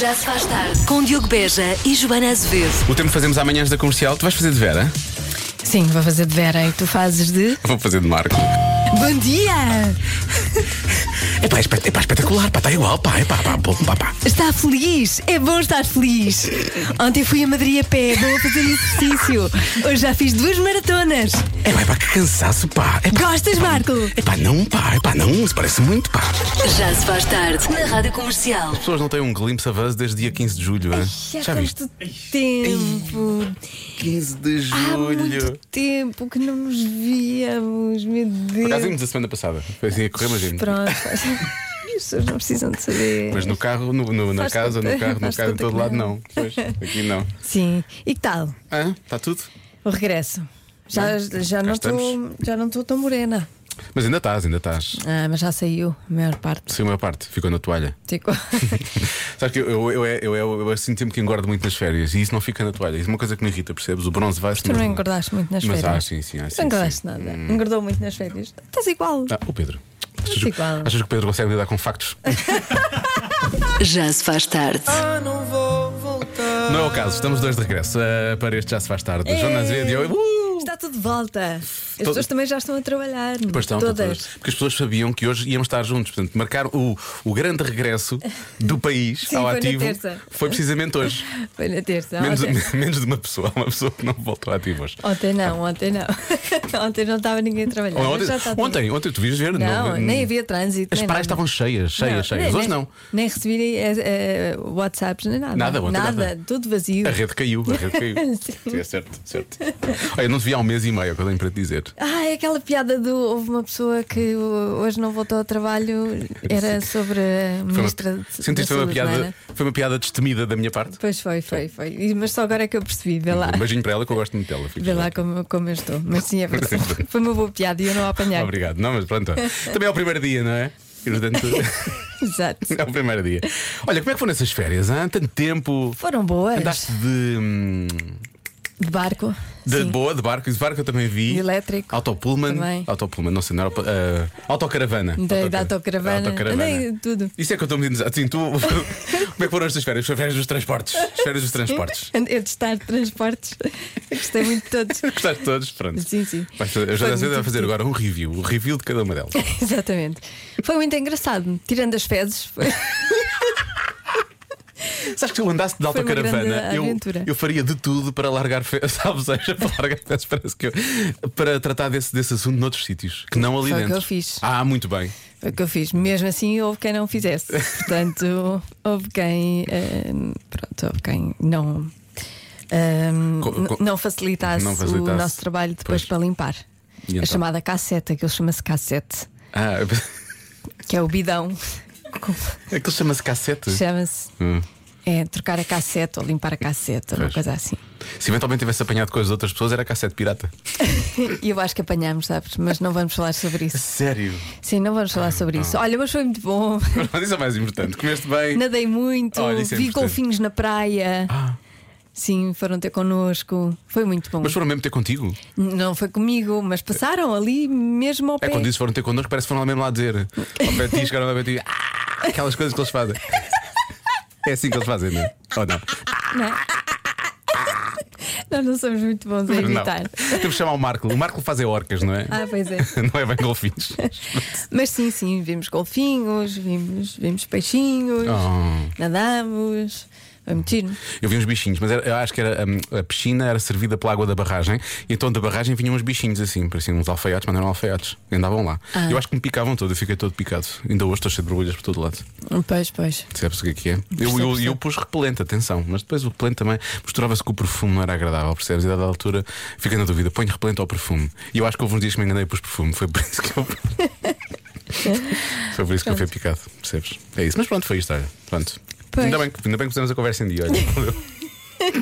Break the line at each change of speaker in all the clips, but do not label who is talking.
Já se faz tarde com Diogo Beja e Joana Azevedo.
O tempo que fazemos amanhãs da comercial, tu vais fazer de Vera?
Sim, vou fazer de Vera e tu fazes de.
Vou fazer de Marco.
Bom dia!
É pá, é pá espetacular, pá, está igual, pá, é pá, pá, pá, pá.
Está feliz? É bom estar feliz! Ontem fui a Madrid a pé, vou fazer exercício. Hoje já fiz duas maratonas.
É pá, é pá, que cansaço, pá. É pá,
Gostas, Marco?
é pá, não, pá, é pá, não, isso parece muito, pá. As
Já se faz tarde na Rádio Comercial.
pessoas não têm um glimpse of us desde dia 15 de julho, é? Já viste?
tempo!
15 de
Há muito tempo que não nos víamos, meu
Por acaso
Deus!
vimos a semana passada, foi assim a correr, mas vimos.
Pronto, as pessoas não precisam de saber.
Mas no carro, no, no- na
Faz
casa, no
conta-
carro, no
faz
carro, em
conta
todo
que
lado
não.
não. Pois, aqui não.
Sim, e que tal?
Hã? Está tudo?
O regresso. Já, já,
cá
não tô, já não estou tão morena.
Mas ainda estás, ainda estás.
Ah, mas já saiu a maior parte.
Saiu a maior parte, ficou na toalha.
Ficou.
Sabes que eu, eu, eu, eu, eu, eu assim sempre que engordo muito nas férias e isso não fica na toalha. Isso é uma coisa que me irrita, percebes? O bronze vai
Tu não engordaste muito nas
Mas,
férias.
ah, sim, sim, ah, sim,
não engordaste
sim.
nada. Engordou muito nas férias. Estás igual.
Ah, o Pedro. Achas,
Mas igual.
achas que o Pedro consegue lidar com factos?
Já se faz tarde.
não é o caso, estamos dois de regresso ah, para este Já Se Faz Tarde. Joana Azevedo e eu. Uh!
Está tudo de volta. As
Todo-
pessoas também já estão a trabalhar.
Pois estão, estão
todas.
todas. Porque as pessoas sabiam que hoje íamos estar juntos. Portanto, marcar o, o grande regresso do país
Sim,
ao
foi na
ativo
terça. Ah,
foi precisamente hoje.
Foi na terça.
Menos,
ontem.
menos de uma pessoa, uma pessoa que não voltou ao ativo hoje.
Ontem não, ontem não. ontem não estava ninguém a trabalhar. mas
Ontem,
já está tudo.
ontem, ontem tu vias ver?
Não, nem havia trânsito.
As
nem
praias
nada.
estavam cheias, cheias,
Não,
cheias.
nem-
Hoje
nem-
não.
Nem recebi eh, eh, WhatsApps, nem nada.
Nada, ontem nada.
tudo vazio.
A rede caiu, a rede caiu.
Sim.
Sim, é certo, certo. Olha, eu não te vi há um mês e meio, é o que eu tenho para te dizer.
Ah, é aquela piada do houve uma pessoa que ho- hoje não voltou ao trabalho, era sobre a
Foi uma-
ministra de
Sentiste que
da
foi uma
Saúde, não
piada,
era?
foi uma piada destemida da minha parte?
Pois foi, foi, foi. E- Mas só agora é que eu percebi, vê lá.
Um beijinho para ela que eu gosto muito dela. fico
Vê lá
contente.
como, como eu estou. Mas sim, é verdade.
Sim.
Foi uma boa piada e eu não a apanhei.
Obrigado. Não, mas pronto. Também é o primeiro dia, não é? E, portanto,
Exato.
é o primeiro dia. Olha, como é que foram essas férias? Há tanto tempo.
Foram boas.
Andaste de. hum,
De barco.
De
sim.
boa, de barco, de barco eu também vi.
De elétrico.
Autopullman.
Também.
Autopullman, não sei, não era. ah, autocaravana.
Da- da autocaravana.
Da autocaravana.
Andei tudo.
Isso é que eu estou me dizendo. Assim, tu. Como é que foram as tuas férias? Foi férias dos transportes. As férias dos transportes.
Andei a testar transportes. Eu gostei muito de todos.
Gostaste de todos? Pronto.
Sim, sim.
Vai fazer- a
Foi
Joana Azevedo
muito
vai fazer
divertido.
agora um review, o review de cada uma delas.
Exatamente. Foi muito engraçado. Tirando as fezes, foi.
Sabes que se eu andasse de
uma
autocaravana,
grande
eu,
aventura.
eu faria de tudo para largar fe- sabes, seja, para largar fezes, parece que eu, para tratar desse, desse assunto noutros sítios, que não ali
Foi o que
dentro.
eu fiz.
Ah, muito bem.
Foi o que eu fiz. Mesmo assim, houve quem não fizesse. Portanto, houve quem. ehm, pronto, houve quem não. ehm,
Co-
n-
co-
não, facilitasse
não facilitasse.
o nosso trabalho depois
Pois.
para limpar.
E
A
então?
chamada cassete, aquilo chama-se cassete,
Ah,
que é o bidão. Como
aquilo chama-se cassete.
Chama-se.
Hum.
É trocar a cassete ou limpar a cassete, uma
Pois.
coisa assim.
Se eventualmente tivesse apanhado coisas de outras pessoas, era cassete pirata.
E eu acho que apanhámos, sabes? Mas não vamos falar sobre isso.
Sério.
Sim, não vamos
Ah,
falar sobre
então.
isso. Olha, mas foi muito bom.
Mas isso é o mais importante. Comeste bem.
Nadei muito,
Olha, isso é
vi
importante.
golfinhos na praia.
Ah.
Sim, foram ter connosco. Foi muito bom.
Mas foram mesmo ter contigo?
Não foi comigo, mas passaram ali mesmo ao
É
pé.
quando dizes foram ter connosco, parece que foram lá mesmo lá dizer. Ao pé de ti, chegaram lá ao pé de ti. Ah, aquelas coisas que eles fazem. É assim que eles fazem, não é? Ou não?
Nós não somos muito bons a
não.
imitar.
Temos que chamar o Marco. O Marco faz é orcas, não é?
Ah, pois é.
Não é bem golfinhos.
Mas sim, sim, vimos golfinhos, vimos, vimos peixinhos,
Oh.
nadamos. Foi muito giro.
Eu vi uns bichinhos, mas era- eu acho que era hum, a piscina era servida pela água da barragem, e então da barragem vinham uns bichinhos assim, pareciam uns alfaiates, mas não eram alfaiates, andavam lá.
Ah.
Eu acho que me picavam todo, eu fiquei todo picado. Ainda hoje estou cheio de borbulhas por todo lado.
Pois, pois.
Percebes o que é que é? Eu,
Percebo,
eu,
percebo.
eu pus repelente, atenção, mas depois o repelente também misturava-se com o perfume, não era agradável, percebes? E a dada altura fica na dúvida, ponho repelente ou perfume. E eu acho que houve uns dias que me enganei e pus perfume, foi por isso que eu. foi por isso que eu fui picado, percebes? É isso. Mas pronto, foi isto, olha. Pronto.
Pois.
Ainda bem, que- ainda bem que pusemos a conversa em dia, olha.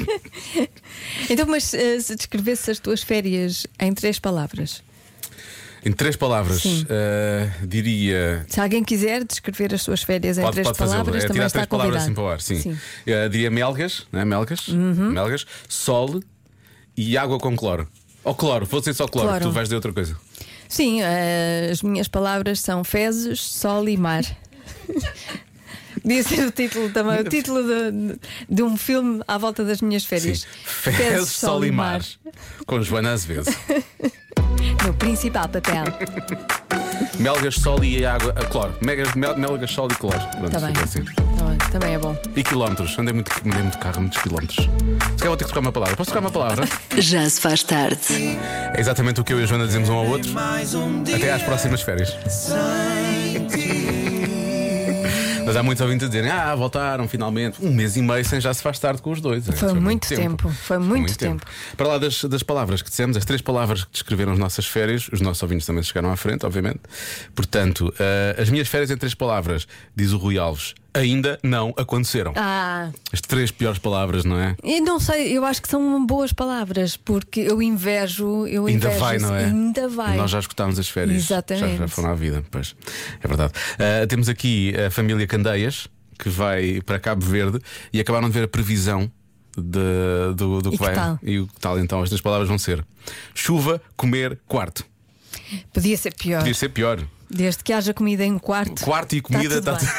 Então, mas eh, se descrevesse as tuas férias em três palavras,
Em três palavras,
Sim.
eh, diria.
se alguém quiser descrever as suas férias em três
fazê-lo.
palavras,
É
também
tirar
está
três palavras assim
convidado.
para o ar, sim. Eh, diria melgas, né? melgas,
Uhum.
melgas, sol e água com cloro. Ou cloro, vou dizer só cloro,
Cloro.
tu vais dizer outra coisa.
Sim, eh, as minhas palavras são fezes, sol e mar. Podia ser o título também, o título de, de um filme à volta das minhas férias.
Sim. Fezes, Sol e Mar. Com Joana Azevedo.
No principal papel.
Melgas, Sol e água. ah, Cloro. Megas- mel- melgas, Sol e Cloro. Pronto,
Tá bem.
fica assim.
Tá bem, Também é bom.
E quilómetros. Andei muito, andei muito carro, muitos quilómetros. Se calhar vou ter que trocar uma palavra. Posso trocar uma palavra?
Já se faz tarde.
É exatamente o que eu e a Joana dizemos um ao outro. Até às próximas férias. Mas há muitos ouvintes a dizerem: Ah, voltaram finalmente. Um mês e meio sem já se faz tarde com os dois. É,
muito tempo, foi muito
Para lá das, das palavras que dissemos, as três palavras que descreveram as nossas férias, os nossos ouvintes também chegaram à frente, obviamente. Portanto, eh, as minhas férias em três palavras, diz o Rui Alves, ainda não aconteceram.
Ah,
As três piores palavras, não é?
eu não sei, eu acho que são boas palavras, porque eu invejo, eu
Ainda
invejo
vai,
isso.
não é?
Ainda vai.
Nós já escutámos as férias.
Exatamente.
Já, já foram à vida, pois. É verdade. Ah, temos aqui a família Candeias, que vai para Cabo Verde e acabaram de ver a previsão. de- do, do que
E que
vai
tal?
e o que tal então estas palavras vão ser chuva comer quarto
Podia ser pior.
podia ser pior
Desde que haja comida em um quarto.
quarto e
Tá
comida
tudo bem.
tudo-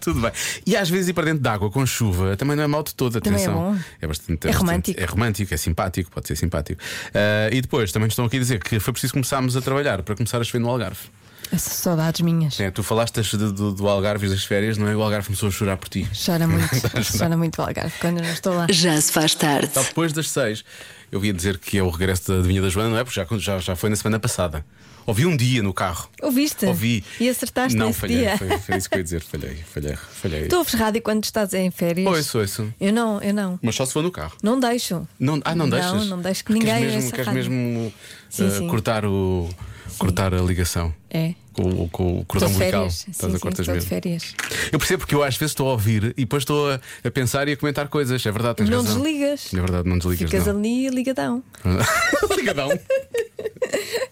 tudo bem e às vezes ir para dentro de água com chuva também não é mal de todo
Também é
atenção
bom.
bastante
É
bastante-
romântico.
é romântico é simpático pode ser simpático Ah, e depois também estão aqui a dizer que foi preciso começarmos a trabalhar para começar a chover no Algarve
Essas saudades minhas.
É, tu falaste das- do, do, do Algarve e das férias, não é? O Algarve começou a chorar por ti.
Chora muito, chora muito o Algarve quando eu não estou lá.
Já se faz tarde.
Só depois das seis, eu ia dizer que é o regresso da adivinha da Joana, não é? Porque já, já, já foi na semana passada. Ouvi um dia no carro.
Ouviste?
Ouvi.
E acertaste
Não,
nesse
falhei.
dia.
Foi, foi isso que eu ia dizer. Falhei, falhei, falhei.
Tu ouves rádio quando estás em férias?
Ouço, ouço.
Eu não, eu não.
Mas só se for no carro.
Não deixo.
Não, ah, não,
Não,
deixas?
não deixo que
Porque
ninguém
Queres mesmo,
ouça
queres
rádio.
mesmo,
Sim,
ah,
sim.
cortar, o, cortar a ligação
É.
com, o- com o
Estou
cordão
de
umbilical.
férias. Sim,
Estás
sim,
a cortas
estou de
mesmo.
férias.
Eu percebo porque eu às vezes estou a ouvir e depois estou a, a pensar e a comentar coisas. É verdade, tens
Não
razão.
desligas.
É verdade, não desligas.
Ficas
não.
ali ligadão.
ligadão.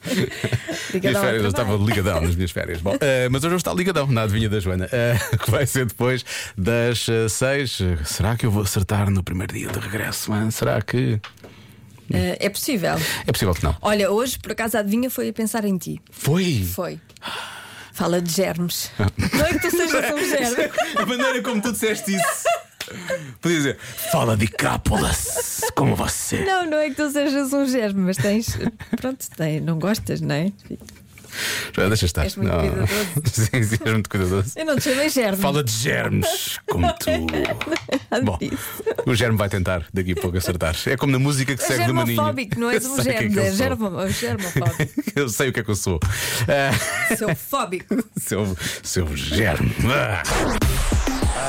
Minhas
Ligadão. ao
férias, eu estava
trabalho.
ligadão nas minhas férias. Bom, eh, mas hoje eu estou ligadão na adivinha da Joana, eh, que vai ser depois das 6. Será que eu vou acertar no primeiro dia de regresso? hã? Será que.
Eh, é possível.
É possível que não.
Olha, hoje, por acaso, a adivinha foi a pensar em ti.
Foi!
Foi. Fala de germes. Não é que tu sejas um germe.
A maneira como tu disseste isso. Podia dizer, fala de cápulas como você.
Não, não é que tu sejas um germe, mas tens. Pronto, tem, não gostas, não é?
Joana, deixa estar.
És muito
Não.
cuidadoso.
sim, sim, és muito cuidadoso.
Eu não te chamei germe.
Fala de germes, como tu. Bom, o germe vai tentar daqui a pouco acertar. É como na música que
É
segue do maninho.
germofóbico, não és
Eu
um
sei o que é que eu
germe. É
sou.
germo- germofóbico.
Eu sei o que é que eu sou. Ah,
Seu fóbico.
seu, seu germe. Ah.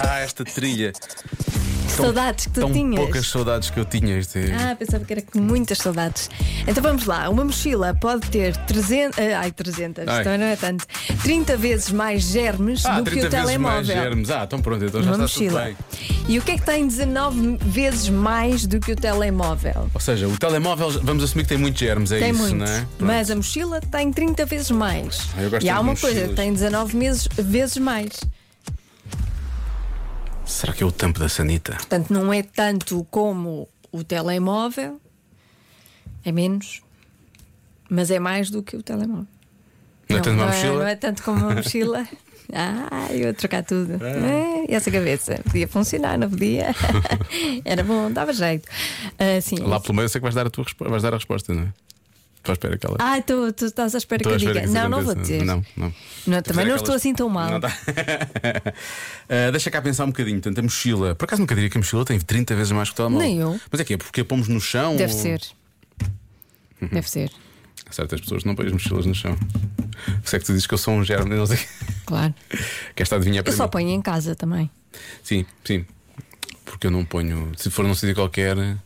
Ah, esta trilha.
saudades que tu
Tão
tinhas.
poucas saudades que eu tinha. Isto é-
Ah, pensava que era com muitas saudades. Então vamos lá, uma mochila pode ter 300. ah, Ai, 300,
Ai.
então não é tanto. 30 vezes mais germes
Ah,
do
30
que o
vezes mais
telemóvel.
germes. Ah, então pronto, então já
Uma
está tudo
mochila.
bem.
E o que é que tem 19 vezes mais do que o telemóvel?
Ou seja, o telemóvel, vamos assumir que tem muitos germes, é
Tem
isso,
muito,
não é? Pronto.
mas a mochila tem 30 vezes mais.
Ah, eu gosto
e há
de
uma
mochilas.
coisa, tem 19 meses- vezes mais.
Será que é o tampo da Sanita?
Portanto, não é tanto como o telemóvel, é menos, mas é mais do que o telemóvel.
Não, é tanto uma
não
mochila?
não é tanto como uma mochila. Ah, eu ia trocar tudo.
É.
Ah, e essa cabeça podia funcionar, não podia? Era bom, dava jeito. Ah, sim.
Lá pelo meio eu sei que vais dar a tua resposta, vais dar a resposta, não é? Estou à espera que ela.
Ah, tu, tu estás à espera que
Estou à
eu
espera que
diga.
isso
Não, não vou
aconteça.
dizer.
Não, não.
Não, também não estou assim tão mal.
Não tá. Ah, deixa cá pensar um bocadinho. Portanto, a mochila. Por acaso nunca diria que a mochila tem 30 vezes mais que o telemóvel.
Nem eu.
Mas é que é porque a pomos no chão.
Deve
ou-
ser.
Uhum.
Deve ser,
Há certas pessoas que não põem as mochilas no chão. Se é que tu dizes que eu sou um germe, não sei.
claro.
Que esta adivinha é para
Eu só
mim.
ponho em casa também.
Sim, sim. Porque eu não ponho. Se for num sítio qualquer, a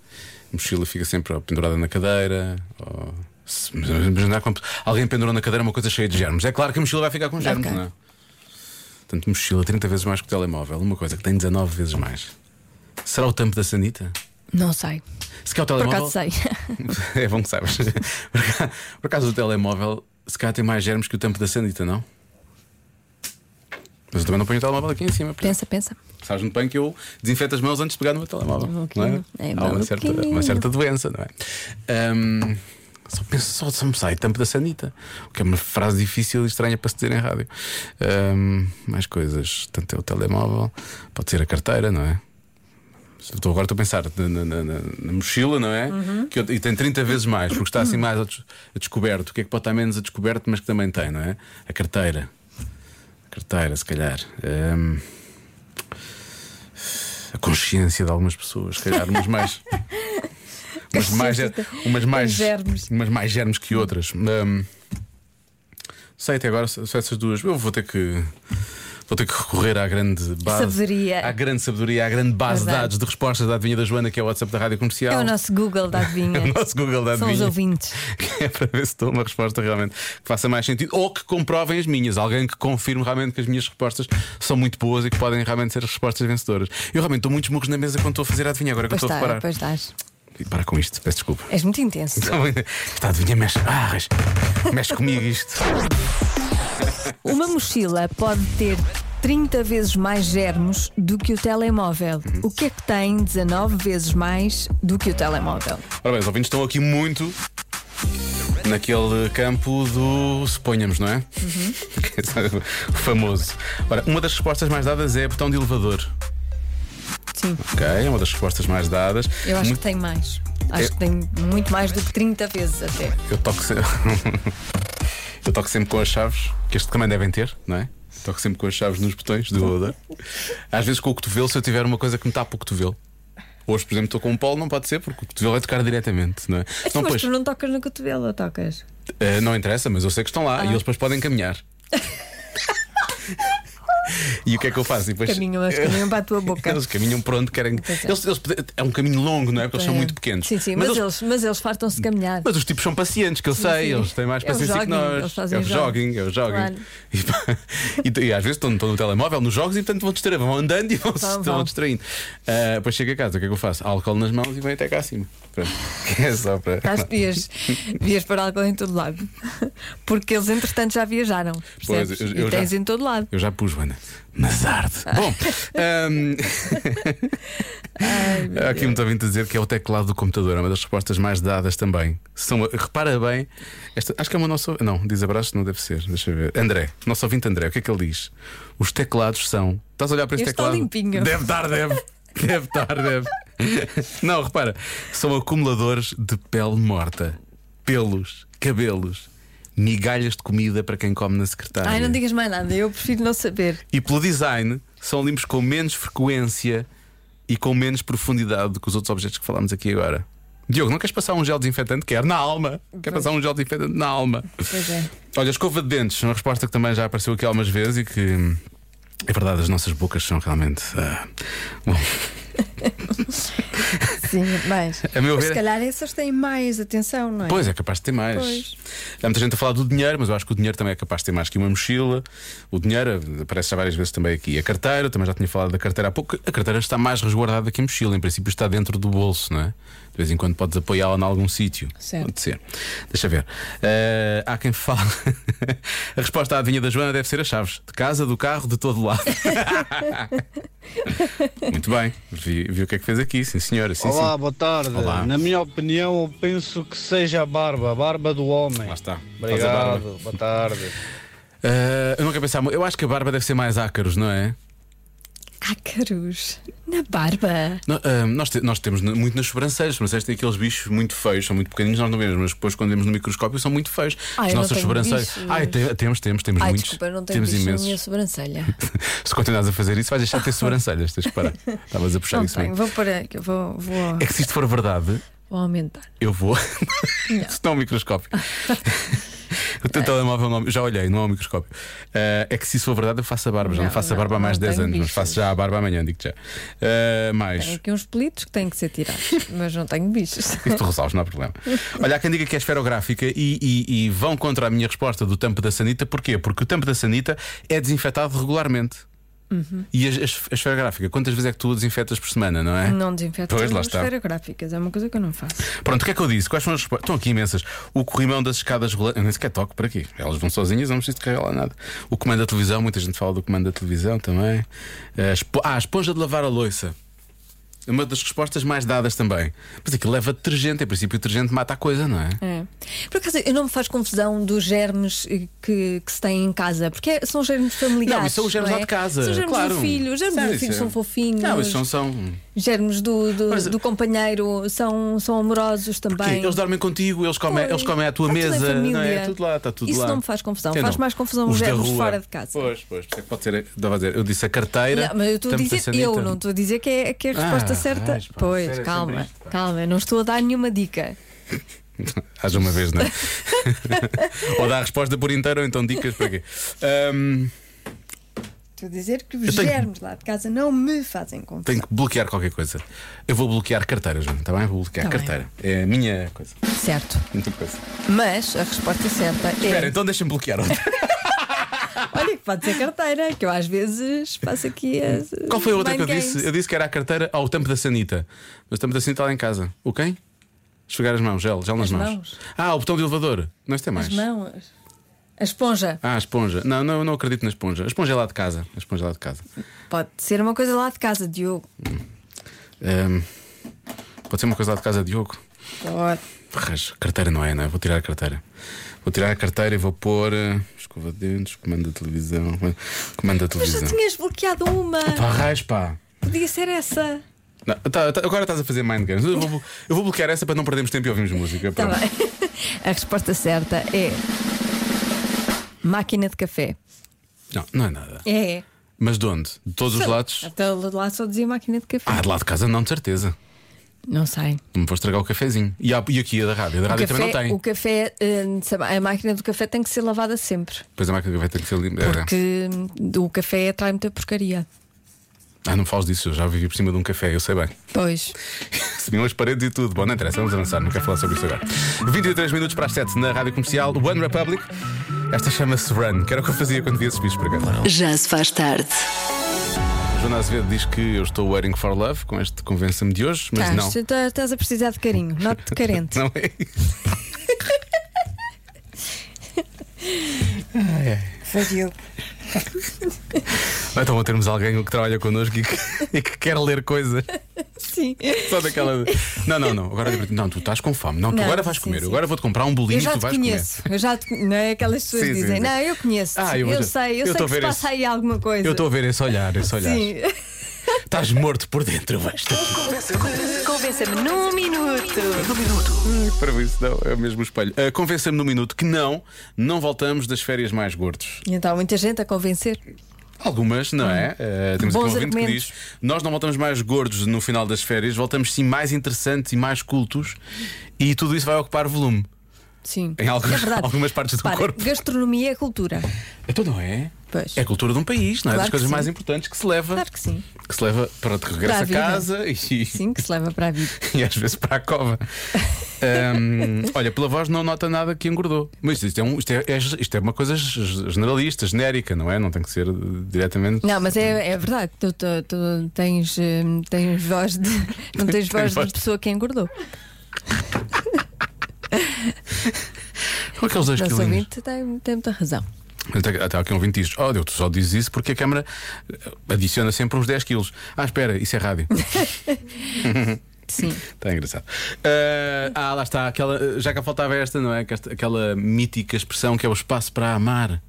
mochila fica sempre ó, pendurada na cadeira. Ou... se- mas- mas imaginar quando alguém pendurou na cadeira uma coisa cheia de germes. É claro que a mochila vai ficar com germes,
Ok.
não é? Portanto, mochila 30 vezes mais que o telemóvel. Uma coisa que tem 19 vezes mais. Será o tampo da Sanita?
Não sei.
Se calhar o
Por
telemóvel.
acaso sei.
é bom que sabes. Por acaso- Por acaso o telemóvel, se calhar tem mais germes que o tampo da Sanita, não? Mas eu também não ponho o telemóvel aqui em cima. por exemplo.
pensa, pensa.
Sabes muito bem que eu desinfeto as mãos antes de pegar no meu telemóvel.
Um
não é?
pouquinho. É
Há uma
maluquinho.
certa, uma certa doença, não é? Ahm, Só penso, só, só me sai tampa da sanita. O que é uma frase difícil e estranha para se dizer em rádio. Ahm, mais coisas. Tanto é o telemóvel, pode ser a carteira, não é? Estou agora estou a pensar na, na- na- na- na mochila, não é?
Uhum.
Que eu- e tem 30 vezes mais, porque está assim mais a, des- a descoberto. O que é que pode estar menos a descoberto, mas que também tem, não é? A carteira. A carteira, se calhar. Ahm, a consciência de algumas pessoas, se calhar, umas mais. umas mais, umas mais,
Germes.
umas mais germes que outras. Ahm, sei até agora, só essas duas. Eu vou ter que. Vou ter que recorrer à grande base.
Sabedoria.
À grande sabedoria, à grande base de
Verdade.
dados de respostas da Adivinha da Joana, que é o WhatsApp da Rádio Comercial.
É o nosso Google da
É
adivinha.
o nosso Google da
São os
adivinha.
ouvintes.
Que é para ver se dou uma resposta realmente que faça mais sentido ou que comprovem as minhas. Alguém que confirme realmente que as minhas respostas são muito boas e que podem realmente ser respostas vencedoras. Eu realmente estou muitos murros na mesa quando estou a fazer a adivinha agora que eu
Pois
estou a
está,
reparar.
pois estás.
E Para com isto, peço desculpa.
És muito intenso.
Está a adivinha, mexe. Ah, res- mexe comigo isto.
Uma mochila pode ter 30 vezes mais germes do que o telemóvel.
Uhum.
O que é que tem 19 vezes mais do que o telemóvel?
Ora bem, os ouvintes estão aqui muito naquele campo do suponhamos, não é?
Uhum.
o famoso. Ora, uma das respostas mais dadas é botão de elevador.
Sim,
Ok, é uma das respostas mais dadas.
eu acho
Muito-
que tem mais. Acho que tem muito mais do que 30 vezes até.
Eu toco sempre. eu toco sempre com as chaves, que este também devem ter, não é? Toco sempre com as chaves nos botões do elevador. Às vezes com o cotovelo, se eu tiver uma coisa que me tapa o cotovelo. Hoje, por exemplo, estou com um polo, não pode ser, porque o cotovelo é tocar diretamente, não é?
Então,
Senão,
mas
pois,
tu não tocas no cotovelo, ou tocas?
eh, não interessa, mas eu sei que estão
Ah.
lá e eles depois podem caminhar. e o que é que eu faço? E depois,
Caminham, mas caminham para a tua boca.
eh, Eles caminham para onde querem.
Pois é.
Eles- eles- é um caminho longo, não é? Porque eles são muito pequenos.
Sim, sim,
Mas
mas,
eles-
eles, mas eles fartam-se de caminhar.
Mas os tipos são pacientes, que eu sei,
sim.
eles têm mais
É o
paciência que
jogging, eles
nós.
fazem
É o
jogging.
jogging, é o jogging.
Claro.
E, pá, e- e às vezes estão, estão no telemóvel, nos jogos, e portanto vão distrair, vão andando e vão,
Vão,
estão
vão.
distraindo. Ah, depois chego a casa, o que é que eu faço? Álcool nas mãos e venho até cá acima. Pronto. É só para.
Estás, devias, devias pôr álcool em todo lado. Porque eles, entretanto, já viajaram.
Pois,
Percebes?
eu- eu
e tens
já-
em todo lado.
Eu já pus, Ana. Mas arde.
Ah.
Bom, ahm, há aqui muito ouvinte a dizer que é o teclado do computador, é uma das respostas mais dadas também. São, repara bem, esta- acho que é uma nossa. Não, diz abraço, não deve ser. Deixa eu ver. André, nosso ouvinte André, o que é que ele diz? Os teclados são. Estás a olhar para este
Este está
teclado?
limpinho.
Deve dar, deve. Deve dar, deve. Não, repara, são acumuladores de pele morta, pelos, cabelos, migalhas de comida para quem come na secretária.
Ai, não digas mais nada, eu prefiro não saber.
E pelo design, são limpos com menos frequência e com menos profundidade do que os outros objetos que falámos aqui agora. Diogo, não queres passar um gel desinfetante? Quer na alma. Quer
Pois.
passar um gel desinfetante na alma.
Pois é.
Olha, escova de dentes, uma resposta que também já apareceu aqui algumas vezes e que hum, é verdade, as nossas bocas são realmente. ah, bom,
Sim, mais.
a meu
Mas se
ver.
calhar essas têm mais atenção, não é?
Pois é capaz de ter mais.
Pois.
Há muita gente a falar do dinheiro, mas eu acho que o dinheiro também é capaz de ter mais que uma mochila. O dinheiro eh, aparece já várias vezes também aqui. A carteira, também já tinha falado da carteira há pouco. A carteira está mais resguardada que a mochila, em princípio está dentro do bolso, não é? De vez em quando podes apoiá-la em algum sítio.
Certo.
Pode ser. Deixa ver. Eh, há quem fale. a resposta à adivinha da Joana deve ser as chaves. De casa, do carro, de todo lado. Muito bem. Vi, vi o que é que fez aqui, sim senhora. Sim,
Olá,
sim.
boa tarde.
Olá.
Na minha opinião, eu penso que seja a barba, a barba do homem.
Lá está. Faz a barba.
Obrigado, boa tarde.
Ah, eu nunca pensava. Eu acho que a barba deve ser mais ácaros, não é?
Ácaros. Na barba.
No- ah, nós, te- nós temos n- muito nas sobrancelhas, mas estes têm aqueles bichos muito feios, são muito pequeninos, nós não vemos, mas depois quando vemos no microscópio são muito feios.
Ah,
As
eu não
nossas
tenho
sobrancelhas.
bichos.
Ai, te- temos, temos, temos
Ai,
muitos.
desculpa, eu não tenho
temos
bicho na
imensos.
minha sobrancelha.
Se continuares a fazer isso, vais deixar de ter sobrancelhas, tens que parar. Estavas a puxar
não
isso
tenho,
bem.
vou para eu vou, vou,
É que se isto for verdade,
vou aumentar.
eu vou. Se não é um microscópio. O teu telemóvel não- já olhei, não é um microscópio. Ah, é que se isso for verdade, eu faço a barba. Já não,
Não,
faço a
não,
barba há mais de
não
10
tenho
anos, mas
bichos.
faço já a barba amanhã, digo já. Ah, mais.
Tenho aqui uns pelitos que têm que ser tirados, mas não tenho bichos.
Isso tu resolves, não há problema. Olha, há quem diga que é esferográfica e, e- e vão contra a minha resposta do tampo da sanita. Porquê? Porque o tampo da sanita é desinfetado regularmente.
Uhum.
E a, a- a esferográfica, quantas vezes é que tu a desinfetas por semana, não é?
Não desinfeto
Pois, lá
as
está.
esferográficas, é uma coisa que eu não faço.
Pronto, o que é que eu disse? Quais são as respostas? Estão aqui imensas. O corrimão das escadas rolantes. Eu nem sequer toco para aqui. Elas vão sozinhas, eu não preciso de carregar lá nada. O comando da televisão, muita gente fala do comando da televisão também. A espo- Ah, a esponja de lavar a louça. Uma das respostas mais dadas também. Mas aquilo leva detergente, em princípio, o detergente mata a coisa, não é?
É. Por acaso, eu não me faz confusão dos germes eh, que, que se têm em casa, porque é- são germes familiares.
Não, isso são os germes
não
lá
é?
de casa.
São os germes
claro.
do filho, os germes
Sabe,
do filho
isso é-
são fofinhos.
Não, isso são. são...
Germes do, do,
Mas-
do companheiro são, são amorosos
Quê?
também.
Eles dormem contigo, eles comem,
Pois.
eles comem à tua
Está tudo
mesa,
em
não é?
família.
É tudo lá, está tudo
Isso
lá.
não me faz confusão,
Sim,
faz
não.
mais confusão os
da
germes
rua.
fora de casa.
Pois, pois, por isso é que pode ser. Estava a dizer, eu disse a carteira.
Não, mas eu estou a
estamos
dizer,
sanita.
eu não estou a dizer que é, que é a resposta
Ah,
certa.
vais, pá, sério,
pois,
sempre
calma,
isto, pá.
calma, não estou a dar nenhuma dica.
Haja uma vez, não é? ou dá a resposta por inteiro, ou então dicas para quê? Ahm,
Estou a dizer que os
tenho-
germes lá de casa não me fazem confusão.
tenho que bloquear qualquer coisa. Eu vou bloquear carteira, João, está bem? Vou bloquear
Tá bem.
carteira. É a minha coisa.
Certo.
Minha coisa.
Mas a resposta certa
Espera,
é.
então deixa-me bloquear outra.
Olha, que pode ser carteira, que eu às vezes faço aqui as.
Hum. Qual foi a outra que eu
mind
disse?
games.
Eu disse que era a carteira ao tampo da Sanita. Mas o tampo da Sanita está lá em casa. O quem? Esfregar as mãos, gel, gel nas
As
mãos.
mãos.
Ah, o botão de elevador. Não, isto é mais.
As mãos. A esponja.
Ah, a esponja. Não, não, eu não acredito na esponja. A esponja é lá de casa. A esponja é lá de casa.
Pode ser uma coisa lá de casa, Diogo.
Ahm, Ehm, pode ser uma coisa lá de casa, Diogo.
Pode.
Ferraz, carteira não é, não é? Vou tirar a carteira. Vou tirar a carteira e vou pôr eh, escova de dentes, comando da televisão. Comando da
Mas já
televisão.
tinhas bloqueado uma.
Pá, raios, pá.
Podia ser essa.
Não, tá- tá- agora estás a fazer mind games. Eu vou, eu vou bloquear essa para não perdermos tempo e ouvirmos música.
Tá
Pronto.
bem. A resposta certa é. Máquina de café.
Não, não é nada.
É.
Mas de onde? De todos os lados?
Até lá só dizia máquina de café.
Ah, de lá de casa não, de certeza.
Não sei.
Não me vou estragar o cafezinho. E, há- e aqui a da rádio. A da
O
rádio também não
café,
tem.
o café, hum, sabe, a máquina do café tem que ser lavada sempre.
Pois é, a máquina vai ter que ser limpa.
Porque hum, o café atrai muita porcaria.
Ah, não fales disso, eu já vivi por cima de um café, eu sei bem.
Pois.
Subiam as paredes e tudo. Bom, não interessa, vamos avançar, não quero falar sobre isso agora. 23 minutos para as 7 na rádio comercial One Republic. Esta chama-se Run, que era o que eu fazia quando via esses bichos para cá.
Já se faz tarde.
O Joana Azevedo diz que eu estou waiting for love com este convença-me de hoje, mas não.
Estás, tá- estás a precisar de carinho. Noto-te carente.
Não é isso.
Foi Diogo.
Ou Então vou termos alguém que trabalha connosco e que, e que quer ler coisas.
Sim.
Só daquela. Não, não, não. Agora não, tu estás com fome. Não, tu
Não,
agora vais
sim,
comer.
sim.
Agora vou-te comprar um bolinho
Eu
e
já
tu
te
vais
conheço, eu já te conheço. Não é aquelas pessoas
Sim,
que
sim,
dizem,
sim.
não, eu conheço.
Ah, eu-
sei, eu,
eu
sei
tô
que
a
se
ver
passa aí alguma coisa.
comer. Eu estou a ver esse olhar, esse olhar.
Sim.
Estás morto por dentro, vais.
Convença-me num minuto.
Para isso, não, é o mesmo espelho. Ah, Convença-me num minuto que não, não voltamos das férias mais gordos.
E então, há muita gente a convencer.
Algumas, não é? Ah, temos
Hum. Bons
aqui um ouvinte que
argumentos.
diz: Nós não voltamos mais gordos no final das férias, voltamos sim mais interessantes e mais cultos, e tudo isso vai ocupar volume
Sim.
em algumas,
é verdade.
algumas partes do
Repara,
corpo.
Gastronomia é cultura.
Então não é?
Pois.
É a cultura de um país, não é?
Claro
das
que
coisas
sim.
mais importantes que se leva.
Claro que sim.
que se leva para de
Para
regresso
a
a
vida.
casa e,
Sim, que se leva para a vida.
e às vezes para a cova. Ahm, olha, pela voz não nota nada que engordou. Mas isto é, um- isto é- é- isto é uma coisa ge- generalista, genérica, não é? Não tem que ser eh, diretamente.
Não, mas é, é verdade. Tu, tu- tu tens, hum, tens voz de. Não tens voz
voz
de
de-
pessoa que engordou.
Com aqueles dois
Nosso
quilinhos.
ouvinte tem, tem muita razão.
Até, até aqui um ouvinte diz: Oh, Deus, tu só dizes isso porque a câmara eh, adiciona sempre uns 10 quilos. Ah, espera, isso é rádio.
Sim.
Está engraçado. Ah, ah, lá está. Aquela, já cá faltava esta, não é? Que esta- Aquela mítica expressão que é o espaço para amar.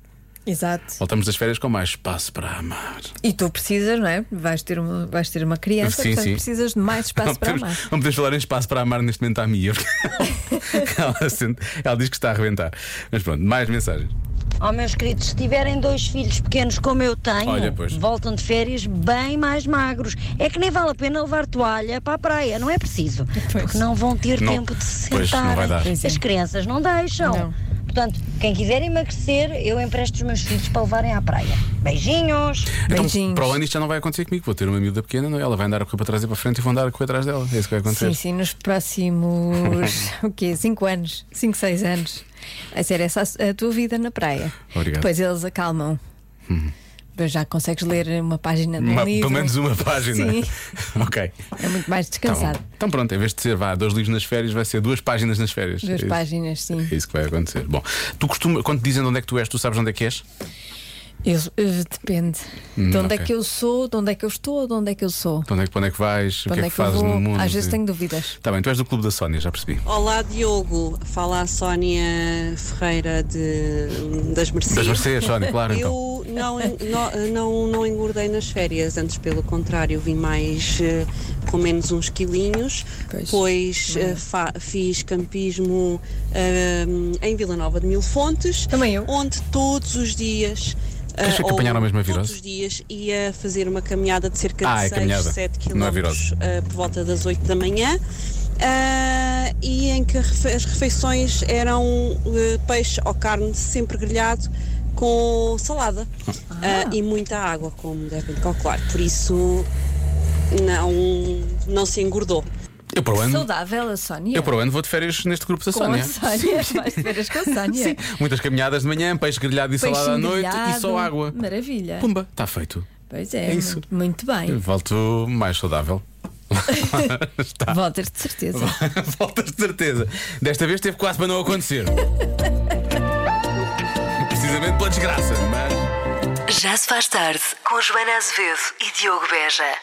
Exato.
Voltamos das férias com mais espaço para amar.
E tu precisas, não é? Vais ter uma, vais ter uma criança,
Sim,
portanto
sim.
precisas de mais espaço
não,
para
podemos,
amar.
não podemos falar em espaço para amar neste momento à Mia. porque Ela, ela sente- ela diz que está a arrebentar. Mas pronto, mais mensagens.
Oh, meus queridos, se tiverem dois filhos pequenos como eu tenho,
Olha, pois.
voltam de férias bem mais magros. É que nem vale a pena levar toalha para a praia, não é preciso. Porque não vão ter
Não.
tempo de se
Pois,
sentar.
não vai dar.
Pois é.
As crianças não deixam.
Não.
Portanto, quem quiser emagrecer, eu empresto os meus filhos para levarem à praia. Beijinhos!
Beijinhos.
Então, para o ano isto já não vai acontecer comigo. Vou ter uma miúda pequena, não é? ela vai andar a correr para trás e para a frente e vou andar a correr atrás dela. É isso que vai acontecer.
Sim, sim, nos próximos o quê? 5 anos, 5, 6 anos. A ser essa a a tua vida na praia.
Obrigado. Uhum.
Depois eles acalmam. Mas Já consegues ler uma página de um
Uma-
livro.
pelo menos uma página.
Sim.
ok.
É muito mais
Tá bom.
descansado.
então pronto, em vez de ser vá, dois livros nas férias, vai ser duas páginas nas férias.
Duas
é isso.
páginas, sim.
É isso que vai acontecer. Bom, tu costuma, quando te dizem de onde é que tu és, tu sabes onde é que és?
Eu, eh, depende.
Hum,
de onde
ok.
é que eu sou, de onde é que eu estou, de onde é que eu sou.
Para onde é que, para onde é que vais? O
Para
que
onde
é que, fazes
eu vou?
no mundo?
Às vezes
Sim.
tenho dúvidas.
Tá bem, tu és do Clube da Sónia, já percebi.
Olá Diogo, fala a Sónia Ferreira de, das Mercedes.
Das Mercedes, Sónia, claro, então.
Eu não, não, não, não engordei nas férias, antes pelo contrário, vim mais eh, com menos uns quilinhos,
Pois. é?
pois, eh, fa- fiz campismo eh, em Vila Nova de Mil Fontes,
Também eu.
onde todos os dias. eh,
Achei que
ou
apanharam a mesma
Todos
virose.
os dias ia fazer uma caminhada de cerca
Ah, é
de 6,
caminhada.
7
Não é
quilómetros
virose.
eh, por volta das 8 da manhã. ah, e em que refe- as refeições eram eh, peixe ou carne sempre grelhado com salada ah, e muita água, como devem calcular. Por isso não, não se engordou.
Eu para o ano,
Saudável, a Sónia.
eu para o ano vou de férias neste Grupo da
com
Sónia.
a Sónia. Vais ver as com a Sónia.
Sim, muitas caminhadas de manhã, peixe grelhado e
Peixe
salada à noite e
grelhado.
só água.
Maravilha.
Pumba, está feito.
Pois é,
É isso.
muito- muito bem.
Volto mais saudável. Está.
Voltas de certeza.
Voltas de certeza. Desta vez teve quase para não acontecer. Precisamente é? pela desgraça, mas.
Já se faz tarde com Joana Azevedo e Diogo Beja.